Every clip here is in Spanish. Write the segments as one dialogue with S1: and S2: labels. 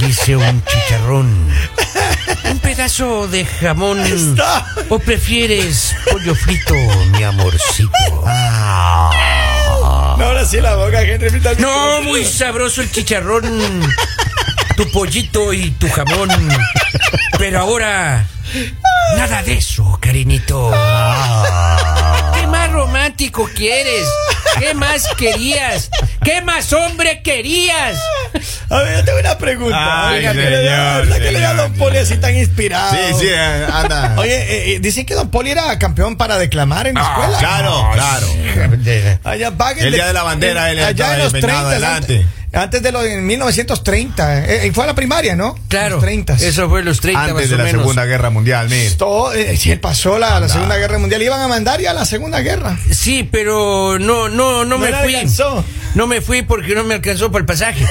S1: dice un chicharrón? ¿Un pedazo de jamón?
S2: Está.
S1: ¿O prefieres pollo frito, mi amorcito?
S2: No, ahora sí la boca, Henry. mira,
S1: No, muy sabroso el chicharrón, tu pollito y tu jamón. Pero ahora, nada de eso, carinito. ¿Qué más romántico quieres? ¿Qué más querías? ¿Qué más hombre querías?
S2: A ver, yo tengo una pregunta.
S3: Ay,
S2: Oiga, ¿qué le da-
S3: señor,
S2: ¿Qué le da a Don
S3: señor,
S2: Poli así
S3: señor.
S2: tan inspirado?
S3: Sí, sí, eh, anda.
S2: Ah,
S3: Ah,
S2: Oye, eh, eh, dicen que Don Poli era campeón para declamar en la escuela.
S3: Claro, claro.
S2: Allá paguen
S3: El día de la bandera, él
S2: allá
S3: estaba
S2: en los
S3: ahí
S2: 30,
S3: peinado
S2: antes,
S3: adelante.
S2: antes de los en 1930, eh, eh, fue a la primaria, ¿no?
S1: Claro,
S2: Los 30.
S1: eso fue los 30 más
S3: Antes de
S1: o
S3: la
S1: menos.
S3: Segunda Guerra Mundial, mire.
S2: Todo, eh, sí, pasó la, la Segunda Guerra Mundial, iban a mandar ya a la Segunda Guerra.
S1: Sí, pero no, no, no, me
S2: le
S1: fui.
S2: alcanzó.
S1: No me fui porque no me alcanzó para el pasaje.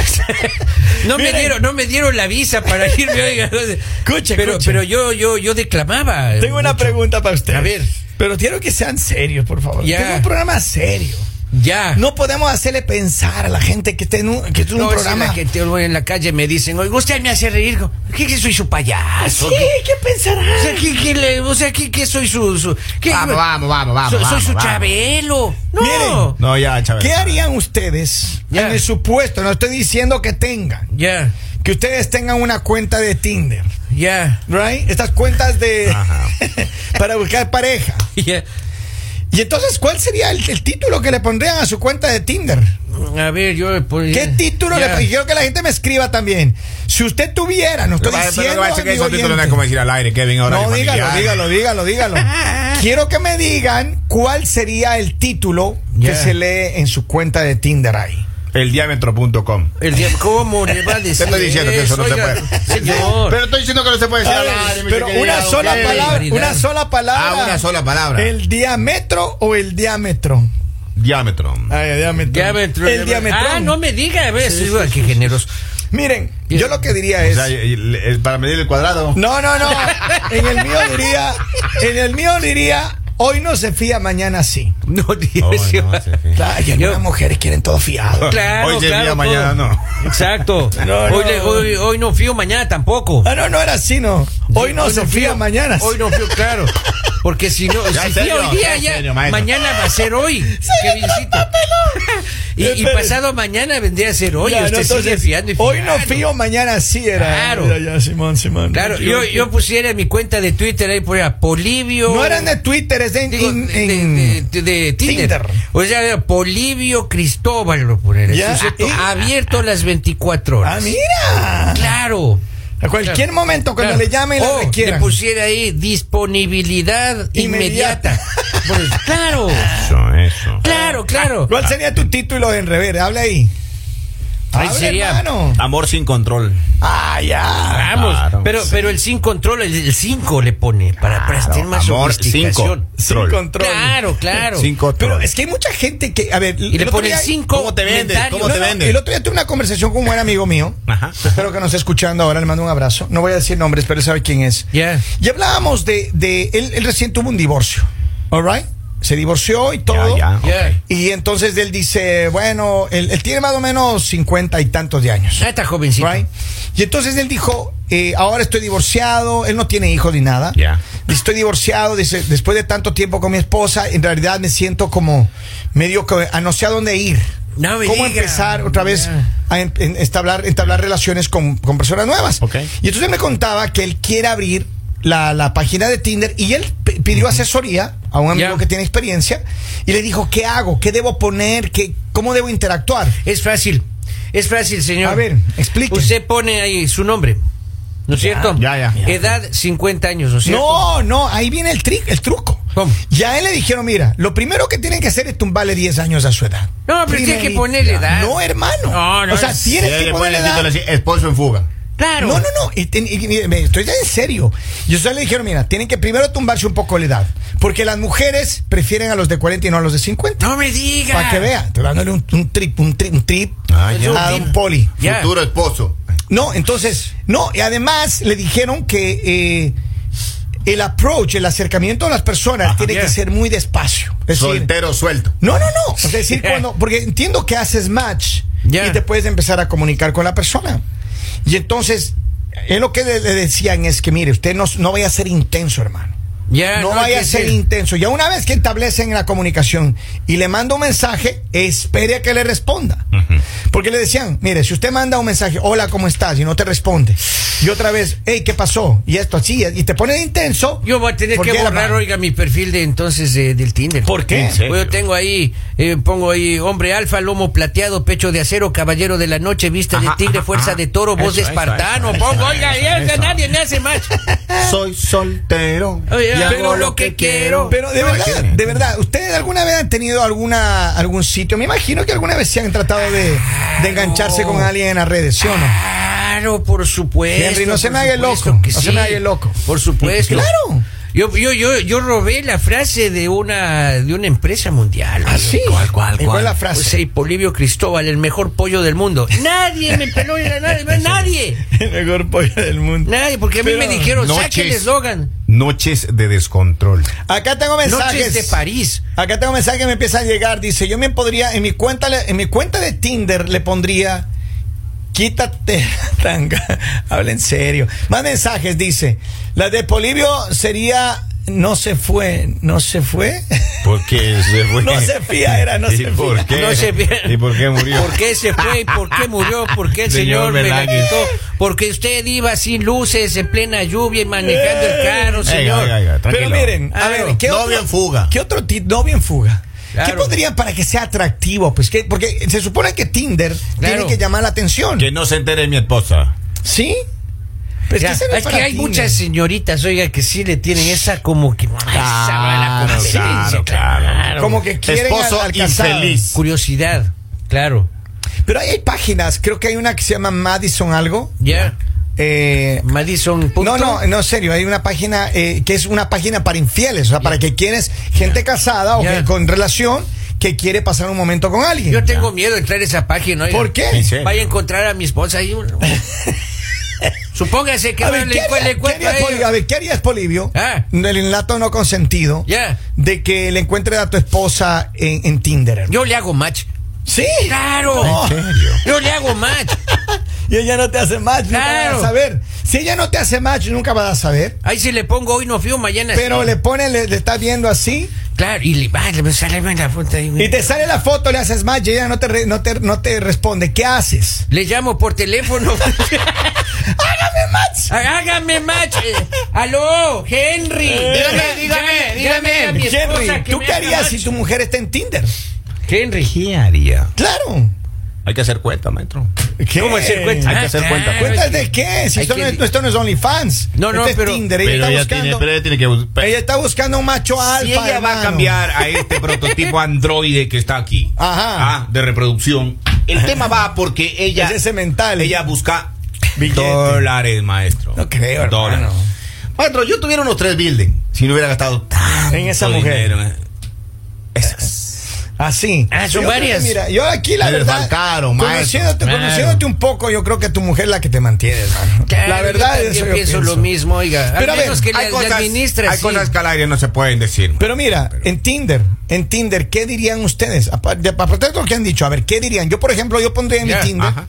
S1: no me
S2: Miren.
S1: dieron, no me dieron la visa para irme. Oiga, no sé.
S2: Escuche,
S1: pero,
S2: escuche.
S1: pero yo, yo, yo declamaba.
S2: Tengo una
S1: mucho.
S2: pregunta para usted.
S1: A ver.
S2: Pero quiero que sean serios, por favor.
S1: Ya.
S2: Tengo un programa serio.
S1: Ya.
S2: No podemos hacerle pensar a la gente que tiene un, que tiene
S1: No,
S2: un
S1: es
S2: programa.
S1: la que te voy en la calle me dicen, oiga, usted me hace reír. Digo, ¿Qué que soy su payaso?
S2: Sí,
S1: ¿Qué-
S2: ¿qué pensará?
S1: O sea, ¿qué, qué le- o sea, ¿qué- qué soy su, su- qué-
S3: Vamos, vamos, vamos, vamos,
S1: so- soy
S3: vamos,
S1: su
S3: vamos.
S1: Chabelo. No.
S2: Miren.
S3: No, ya, Chávez.
S2: ¿Qué harían ustedes
S1: Ya.
S2: en el supuesto? No estoy diciendo que tengan.
S1: Ya,
S2: Que ustedes tengan una cuenta de Tinder,
S1: ya,
S2: ¿right? Estas cuentas de.
S3: Ajá.
S2: para buscar pareja.
S1: ya.
S2: Y entonces, ¿cuál sería el, el título que le pondrían a su cuenta de Tinder?
S1: A ver, yo le pondría-
S2: ¿Qué título
S1: Ya.
S2: le pondrían? Quiero que la gente me escriba también. Si usted tuviera, no
S3: Lo
S2: estoy
S3: que pasa es que
S2: diciendo.
S3: lo que pasa es que
S2: amigo
S3: esos títulos no es
S2: oyente.
S3: como decir al aire, Kevin, ahora
S2: No,
S3: que
S2: dígalo,
S3: familiar.
S2: dígalo, dígalo, dígalo. Quiero que me digan cuál sería el título que
S1: Ya.
S2: se lee en su cuenta de Tinder ahí.
S3: El diámetro.com.
S1: El día- ¿Cómo le va a decir?
S3: Te estoy diciendo que eso no se
S1: Oiga,
S3: puede.
S1: Señor.
S3: Pero estoy diciendo que no se puede decir al aire, mi
S2: Pero
S3: querida,
S2: una
S3: ok.
S2: sola palabra,
S1: Barbaridad.
S2: una sola palabra.
S3: Ah, una sola palabra.
S2: ¿El diámetro o el diámetro?
S3: Diámetro.
S2: Ay, diámetro.
S1: Ya me entró-
S2: El diámetro.
S1: Ah, no me diga, a ver, sí, bueno, qué generoso.
S2: Miren,
S1: Bien.
S2: yo lo que diría
S3: O
S2: es
S3: sea, y- y- el- para medir el cuadrado.
S2: No, no, no. En el mío diría, en el mío diría, hoy no se fía, mañana sí.
S1: No,
S3: Oh,
S1: Dios,
S3: no,
S1: va.
S3: se fija.
S2: Claro, y algunas mujeres quieren todo fiado.
S1: Claro,
S3: Hoy se
S1: claro,
S3: fía,
S1: todo.
S3: mañana no.
S1: Exacto.
S2: No,
S1: hoy,
S2: no.
S1: le- hoy, hoy no fío, mañana tampoco.
S2: Ah, no, no era así, no. Hoy no se fía,
S1: fío.
S2: mañana sí.
S1: Hoy no fío, claro. Porque si no,
S3: Ya,
S1: si
S3: en
S1: fío
S3: serio,
S1: hoy día,
S3: en
S1: ya,
S3: serio, maestro.
S1: mañana va a ser hoy. Qué biencito. y, y
S2: Espere.
S1: pasado mañana vendría a ser hoy.
S2: Ya,
S1: y
S2: no,
S1: usted sigue
S2: entonces,
S1: fiando y
S2: Hoy no
S1: fiando.
S2: fío, mañana sí era.
S1: Claro.
S2: Ya, ya, Simón, Simón.
S1: Claro,
S2: Yo-
S1: yo, yo pusiera en mi cuenta de Twitter ahí por Polivio.
S2: No eran de Twitter, es de,
S1: Digo,
S2: in-
S1: de,
S2: en-
S1: de- de- de Tinder.
S2: Tinder.
S1: O sea, Polivio Cristóbal lo ponen.
S2: Ya, y-
S1: abierto las 24
S2: Ah,
S1: horas.
S2: mira.
S1: Claro.
S2: A cualquier
S1: pues. Claro.
S2: momento, cuando
S1: Claro.
S2: le llamen,
S1: O
S2: le
S1: le
S2: quieran.
S1: pusiera ahí disponibilidad
S2: Inmediata.
S1: inmediata. Pues, claro,
S3: Eso, eso.
S1: claro, claro.
S2: ¿Cuál sería tu título en rever? Habla ahí.
S1: Ah. Ahí
S2: Habla,
S1: sería-
S2: hermano.
S3: Amor sin control.
S2: Ah, ya.
S1: Vamos,
S3: Claro,
S1: pero,
S3: sí.
S1: pero el sin control, el 5 le pone para
S3: Claro,
S1: prestar más
S3: amor sin
S1: sofisticación.
S2: Sin
S3: Troll.
S2: control.
S1: Claro, claro.
S3: Sin control.
S2: Pero es que hay mucha gente que, a ver,
S1: Y le ponen 5
S3: ¿Cómo te vendes? ¿Cómo te
S2: no, no,
S3: venden?
S2: el otro día tuve una conversación con un buen amigo mío.
S3: Ajá.
S2: Espero que nos esté escuchando ahora, le mando un abrazo. No voy a decir nombres, pero él sabe quién es.
S1: Ya.
S2: Y hablábamos de, de él, él recién tuvo un divorcio. All right? Se divorció y todo.
S3: Ya, ya.
S1: Ya.
S2: Y entonces él dice, bueno, él, él tiene más o menos cincuenta y tantos de años.
S1: Ah, está jovencito.
S2: Right? Y entonces él dijo, eh, ahora estoy divorciado, él no tiene hijos ni nada.
S3: Ya.
S2: Dice, Estoy divorciado, dice, después de tanto tiempo con mi esposa, en realidad me siento como medio que ah, no sé a dónde ir.
S1: No me
S2: ¿Cómo
S1: diga.
S2: empezar otra vez
S1: Ya.
S2: a en- en- establar, entablar relaciones con, con personas nuevas?
S3: Ok.
S2: Y entonces él me contaba que él quiere abrir la, la página de Tinder y él p- pidió asesoría a un amigo
S1: Ya.
S2: que tiene experiencia y le dijo, ¿qué hago? ¿Qué debo poner? ¿Qué, ¿Cómo debo interactuar?
S1: Es fácil, es fácil, señor.
S2: A ver, explique.
S1: Usted pone ahí su nombre, ¿no es cierto?
S3: ya, ya.
S1: Edad 50 años, ¿no es cierto?
S2: No, no, ahí viene el, tri- el truco.
S1: ¿Cómo?
S2: Ya él le dijeron, mira, lo primero que tienen que hacer es tumbarle 10 años a su edad.
S1: No, pero tiene que ponerle edad.
S2: No, hermano.
S1: No, no,
S2: o sea,
S1: es-
S2: tienes
S3: Ya
S2: que
S3: le ponen
S2: ponerle
S3: el
S2: edad.
S3: título así, esposo en fuga.
S1: Claro.
S2: No, no, no. y ten- y- y- me- estoy en serio. Y ustedes le dijeron, mira, tienen que primero tumbarse un poco la edad. Porque las mujeres prefieren a los de 40 y no a los de 50.
S1: No me diga.
S2: Para que vea. Estoy dándole un, un trip, un trip, un trip
S3: Ah, ya.
S2: a un poli.
S1: Ya.
S3: Futuro esposo.
S2: No, entonces, no, y además le dijeron que eh, el approach, el acercamiento a las personas tiene
S1: ya.
S2: que ser muy despacio. Es decir,
S3: Soltero suelto.
S2: no, no, no. Es decir, cuando, porque entiendo que haces match
S1: Ya.
S2: y te puedes empezar a comunicar con la persona. Y entonces, él lo que le, le decían es que, mire, usted no, no vaya a ser intenso, hermano.
S1: Ya,
S2: no
S1: Eh, hay
S2: vaya a
S1: que
S2: ser intenso. Ya una vez que establecen la comunicación y le manda un mensaje, espere a que le responda. Porque le decían, mire, si usted manda un mensaje, hola, ¿cómo estás? Y no te responde. Y otra vez, hey, ¿qué pasó? Y esto así, y te pone intenso.
S1: Yo voy a tener
S2: porque
S1: que
S2: era
S1: borrar,
S2: mal.
S1: oiga, mi perfil de entonces eh, del Tinder.
S2: ¿Por qué? ¿En
S4: serio?
S1: Yo tengo ahí, eh, pongo ahí hombre alfa, lomo plateado, pecho de acero, caballero de la noche, vista de tigre, fuerza de toro, voz de
S4: Eso, eso,
S1: espartano.
S4: eso, eso,
S1: pongo,
S4: eso,
S1: oiga,
S4: eso,
S1: ya
S4: eso.
S1: nadie me hace más.
S2: "Ah,
S3: Soy soltero.
S1: Oye,
S3: y
S1: pero
S3: hago
S1: lo que quiero.
S2: Pero de verdad, de verdad, ¿ustedes alguna vez han tenido alguna algún sitio? Me imagino que alguna vez se han tratado de, de engancharse con alguien en las redes, ¿sí o no?
S1: Claro, por supuesto.
S2: Henry, no se
S1: por
S2: me haga el
S1: supuesto
S2: loco,
S1: que
S2: no se me haga el loco.
S1: Por supuesto.
S2: Claro.
S1: Yo, yo, yo, yo robé la frase de una, de una empresa mundial.
S2: Ah, sí.
S4: ¿Cuál, cuál,
S2: ¿Y ¿Cuál es la
S4: cuál?
S2: frase?
S1: José Polivio Cristóbal, el mejor pollo del mundo. Nadie me peló, era nadie, nadie.
S2: El mejor pollo del mundo.
S1: Nadie, porque a mí me dijeron, saque el
S3: noches.
S1: eslogan.
S3: Noches de descontrol.
S2: Acá tengo mensajes.
S1: Noches de París.
S2: Acá tengo mensajes que me empiezan a llegar. Dice, yo me podría, en mi cuenta, le- en mi cuenta de Tinder le pondría. Quítate la tanga. Habla en serio. Más mensajes, dice. La de Polivio sería. No se fue. ¿No se fue?
S3: Porque se fue.
S2: No se fía, era, no
S3: ¿Y
S2: se
S3: por
S2: fía.
S3: qué?
S1: No se fía.
S3: ¿Y por qué murió?
S1: ¿Por qué se fue? y ¿Por qué murió? ¿Por qué el señor,
S3: Señor
S1: me la
S3: Velázquez.
S1: quitó? Porque usted iba sin luces, en plena lluvia y manejando el carro,
S3: Venga,
S1: señor.
S3: venga, venga, tranquilo.
S2: Pero miren, a
S1: Claro.
S2: ver, ¿qué
S3: Novio
S2: otro,
S3: en fuga.
S2: ¿Qué otro ti- novio en fuga? ¿Qué
S1: Claro.
S2: pondrían para que sea atractivo? Pues que, porque se supone que Tinder tiene
S1: Claro.
S2: que llamar la atención.
S4: Que no se entere mi esposa.
S2: ¿Sí? Pues, Pero
S1: Ya,
S2: ese no
S1: es que
S2: para
S1: hay
S2: Tinder.
S1: muchas señoritas, oiga, que sí le tienen esa como que... esa
S2: Ah,
S1: la competencia,
S4: claro, claro.
S2: Como que quieren
S3: Esposo
S2: al- alcanzar.
S3: infeliz.
S1: Curiosidad, claro.
S2: Pero ahí hay páginas, creo que hay una que se llama Madison algo.
S1: Ya.
S2: Eh,
S1: Madison. punto.
S2: no, no, no, en serio, hay una página eh, que es una página para infieles, o sea, para que quieres gente casada o
S1: Ya.
S2: que- con relación que quiere pasar un momento con alguien.
S1: Yo tengo miedo de entrar a esa página. oiga.
S2: ¿Por qué?
S4: ¿En serio?
S1: Vaya a encontrar a mi esposa ahí. un- Supóngase que
S2: A
S1: no
S2: ver,
S1: le,
S2: ¿qué haría-
S1: encu- le
S2: qué
S1: encuentro
S2: harías,
S1: a
S2: Poli-
S1: ella.
S2: a ver, ¿qué harías, Polivio?
S1: Ah.
S2: Del enlato no consentido.
S1: Ya.
S2: De que le encuentres a tu esposa en, en Tinder. hermano.
S1: Yo le hago match.
S2: Sí.
S1: ¡Claro!
S2: No.
S1: Yo le hago match.
S2: Y ella no te hace match, nunca
S1: Claro.
S2: vas a saber. Si ella no te hace match, nunca vas a saber.
S1: Ahí si le pongo hoy no fío, mañana.
S2: Pero
S1: sí.
S2: le pone, le, le estás viendo así.
S1: Claro, y le va, le sale en la punta ahí, güey.
S2: Y te sale la foto, le haces match y ella no te, re- no te, no te responde. ¿Qué haces?
S1: Le llamo por teléfono.
S2: ¡Hágame match!
S1: Hágame match. Eh, Aló, Henry.
S2: Dígame,
S1: dígame, dígame.
S2: Henry, ¿tú qué harías si tu mujer está en Tinder?
S1: Henry.
S4: ¿Qué haría?
S2: Claro.
S4: Hay que hacer cuenta, maestro.
S2: ¿Qué?
S1: ¿Cómo hacer cuenta?
S4: Hay que hacer
S1: Ah,
S4: cuenta.
S1: claro,
S2: ¿Cuentas
S1: hay que-
S2: de qué? Si
S1: hay
S2: esto,
S1: que-
S2: no, es- esto no es OnlyFans.
S1: No, no,
S2: Esto es
S1: pero-
S2: Tinder. Ella
S4: Pero
S2: está
S4: ella
S2: buscando.
S4: tiene, pero ella tiene que. bus-
S2: Ella está buscando un macho alfa.
S4: Si ella va
S2: hermano.
S4: a cambiar a este prototipo androide que está aquí,
S2: Ajá.
S4: ah, de reproducción, el tema va porque ella,
S2: Ese cemental.
S4: ella busca
S2: Billete.
S4: dólares, maestro.
S2: No creo, hermano.
S4: Dólares. Maestro, yo tuviera unos tres building si no hubiera gastado tanto
S2: En esa mujer.
S4: dinero, eh. Esas.
S2: Así.
S1: Ah, son
S2: Yo creo que,
S1: varias.
S2: Mira, yo aquí la
S4: Debe
S2: verdad.
S4: estar caro, maestro.
S2: conociéndote,
S1: Claro.
S2: conociéndote un poco, yo creo que tu mujer es la que te mantiene, hermano.
S1: Claro,
S2: la verdad
S1: yo
S2: es eso
S1: también
S2: yo
S1: pienso, lo mismo, oiga.
S2: Pero a
S1: Al
S2: ver,
S1: menos que le,
S4: Hay,
S1: le
S4: cosas,
S1: administra,
S4: hay
S1: sí.
S4: cosas que al aire no se pueden decir.
S2: Pero mira, en Tinder, en Tinder, ¿qué dirían ustedes? Apa- de- Aparte de lo que han dicho, a ver, ¿qué dirían? Yo, por ejemplo, yo pondría en
S1: Ya,
S2: mi Tinder
S4: Ajá.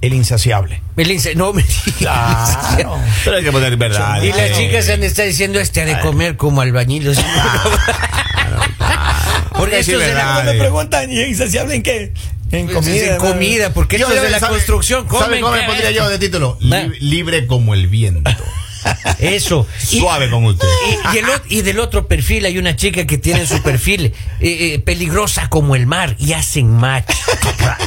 S2: el insaciable.
S1: Melissa, no me
S2: Claro.
S1: Ah,
S4: Pero hay que poner verdad.
S1: Y
S4: eh.
S1: las chicas han estado diciendo este ha de comer como albañil. o sea. Porque
S4: Porque sí,
S1: esto es de la
S4: ¿verdad?
S2: Cuando me preguntan, ¿y insaciable en qué? En
S1: Pues es en
S2: comida.
S1: comida,
S2: hermano.
S1: porque
S3: Yo,
S1: esto es
S3: yo,
S1: de la
S3: ¿sabe-
S1: construcción.
S3: ¿Sabe
S1: Comen
S3: cómo me
S1: cara,
S3: pondría yo de título?
S1: Va.
S4: Lib- libre como el viento.
S1: Eso. Y,
S4: Suave como usted.
S1: y- y el o- y del otro perfil hay una chica que tiene en su perfil eh, eh, peligrosa como el mar y hacen match.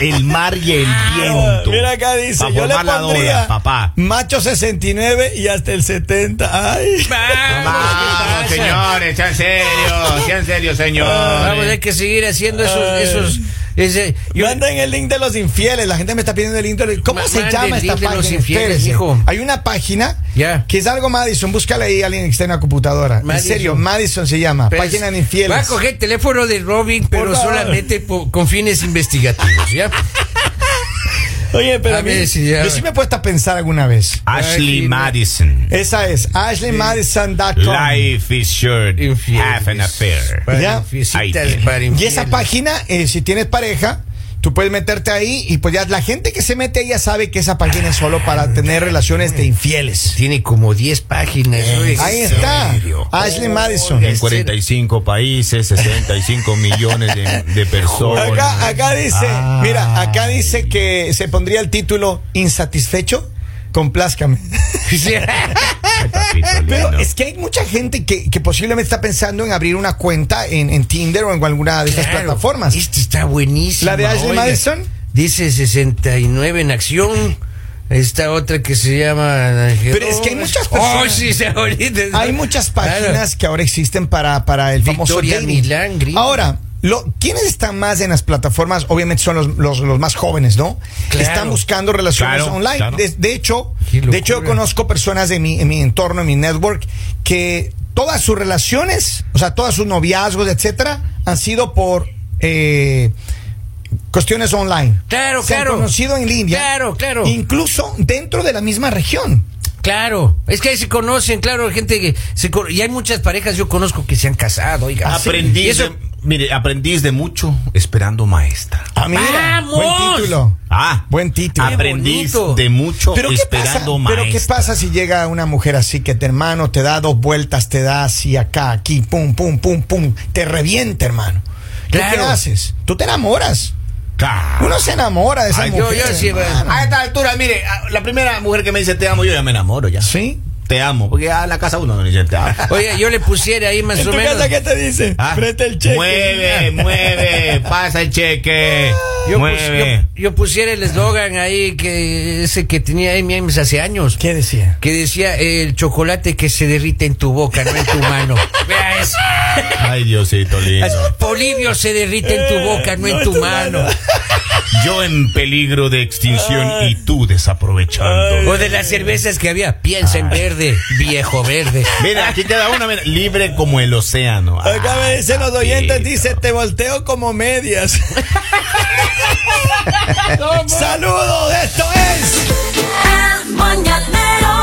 S4: El mar y el viento.
S2: Mira acá dice,
S4: Pa'
S2: yo le
S4: formar la
S2: pondría
S4: dona, papá.
S2: macho 69 y hasta el 70. Ay.
S1: Vamos,
S4: Vamos,
S1: ¿qué pasa?
S4: señores, sean serios, sean serios,
S1: Vamos, hay
S4: señores.
S1: que seguir haciendo esos.
S2: Ay.
S1: esos ese- yo-
S2: Manden el link de los infieles. La gente me está pidiendo el link de los ¿Cómo
S1: Ma-
S2: se
S1: mande
S2: llama
S1: el
S2: esta
S1: link de los
S2: página?
S1: infieles,
S2: Espérense.
S1: hijo.
S2: Hay una página
S1: Ya.
S2: que es algo Madison. Búscale ahí a alguien que esté en la computadora. En
S1: Madison.
S2: serio, Madison se llama.
S1: Pues,
S2: página de
S1: Va
S2: infieles.
S1: a coger el teléfono de Robin, pero
S2: favor.
S1: solamente po- con fines investigativos, ¿ya?
S2: Oye, pero
S1: A
S2: a mí-
S1: ver, sí, ya.
S2: yo sí me he puesto a pensar alguna vez.
S4: Ashley Madison.
S2: Esa es ashleymadison.com.
S4: Life is short.
S1: Infieles.
S4: Half an affair.
S1: Para
S2: Ya.
S1: visitas,
S4: Ahí tiene.
S1: para
S2: Y esa
S1: infieles.
S2: página, eh, si tienes pareja, Tú puedes meterte ahí y pues ya la gente que se mete ahí ya sabe que esa página es solo para tener relaciones de infieles.
S1: Tiene como 10 páginas. oiga.
S2: Ahí está. Ashley
S1: Oh,
S2: Madison.
S3: En 45 países, 65 millones de, de personas.
S2: Acá, acá dice,
S3: Ah.
S2: mira, acá dice que se pondría el título insatisfecho, complázcame.
S1: Sí.
S3: Ay, papito
S2: Pero
S3: lindo.
S2: es que hay mucha gente que, que posiblemente está pensando en abrir una cuenta en, en Tinder o en alguna de esas
S1: Claro,
S2: plataformas.
S1: Esta está buenísima.
S2: ¿La de Ashley
S1: oiga.
S2: Madison?
S1: Dice 69 en acción. Esta otra que se llama. eh,
S2: Pero es que hay muchas personas-
S1: Oh, sí, se- ahorita-
S2: Hay muchas
S1: Claro.
S2: páginas que ahora existen para, para el famoso
S1: Victoria
S2: dating.
S1: Milán, gringo.
S2: Ahora, lo, ¿quiénes están más en las plataformas? Obviamente son los, los, los más jóvenes, ¿no?
S1: Claro.
S2: Están buscando relaciones
S3: Claro,
S2: online.
S3: claro.
S2: De, de hecho,
S1: Qué
S2: de hecho, yo
S1: locura.
S2: conozco personas de mi, en mi entorno, en mi network, que todas sus relaciones, o sea, todas sus noviazgos, etcétera, han sido por eh, cuestiones online.
S1: Claro,
S2: Se han
S1: claro.
S2: conocido en línea.
S1: Claro, claro.
S2: Incluso dentro de la misma región.
S1: Claro, es que ahí se conocen, claro, gente que se cono- y hay muchas parejas yo conozco que se han casado,
S3: Ah,
S1: oiga.
S3: Aprendiz,
S1: Y eso-
S3: de- mire, aprendiz de mucho esperando maestra.
S2: Ah, mira, buen
S1: ¡Vamos!
S2: título.
S3: Ah,
S2: Buen título.
S1: Qué
S3: aprendiz
S1: bonito.
S3: de mucho
S2: ¿Pero qué, pasa,
S3: esperando
S2: pero qué
S3: maestra.
S2: pasa si llega una mujer así que te hermano te da dos vueltas, te da así acá, aquí, pum, pum, pum, pum, te revienta, hermano? ¿Tú ¿Qué
S1: Claro.
S2: haces? Tú te enamoras.
S3: Claro.
S2: Uno se enamora de esa
S1: Ay, yo-
S2: mujer.
S1: yo sí,
S2: hermano.
S1: bueno.
S4: A esta altura, mire, a- la primera mujer que me dice te amo, yo ya me enamoro ya.
S2: ¿Sí?
S4: Te amo, porque ya en la casa uno no dice te amo.
S1: Oiga, yo le pusiera ahí más
S2: ¿En
S1: o
S2: tu
S1: menos.
S2: casa qué te dice?
S4: Ah,
S2: Presta el cheque.
S4: Mueve, mueve, pasa el cheque.
S1: Yo,
S2: pues,
S1: pus-
S4: mueve.
S1: yo- yo pusiera el eslogan ahí que ese que tenía Amy Ames hace años.
S2: ¿Qué decía?
S1: Que decía eh, el chocolate que se derrite en tu boca, no en tu mano. Vea eso.
S3: Ay, Diosito lindo.
S1: Polibio se derrite en tu boca, Eh, no, en tu, mano.
S3: Yo en peligro de extinción y tú desaprovechando.
S1: O de las cervezas que había, piensa en verde, viejo verde.
S3: Mira, aquí queda una, mira, libre como el océano.
S2: Acá me dicen los oyentes,
S3: papito.
S2: dice, te volteo como medias. Saludos, esto es...
S5: El mañanero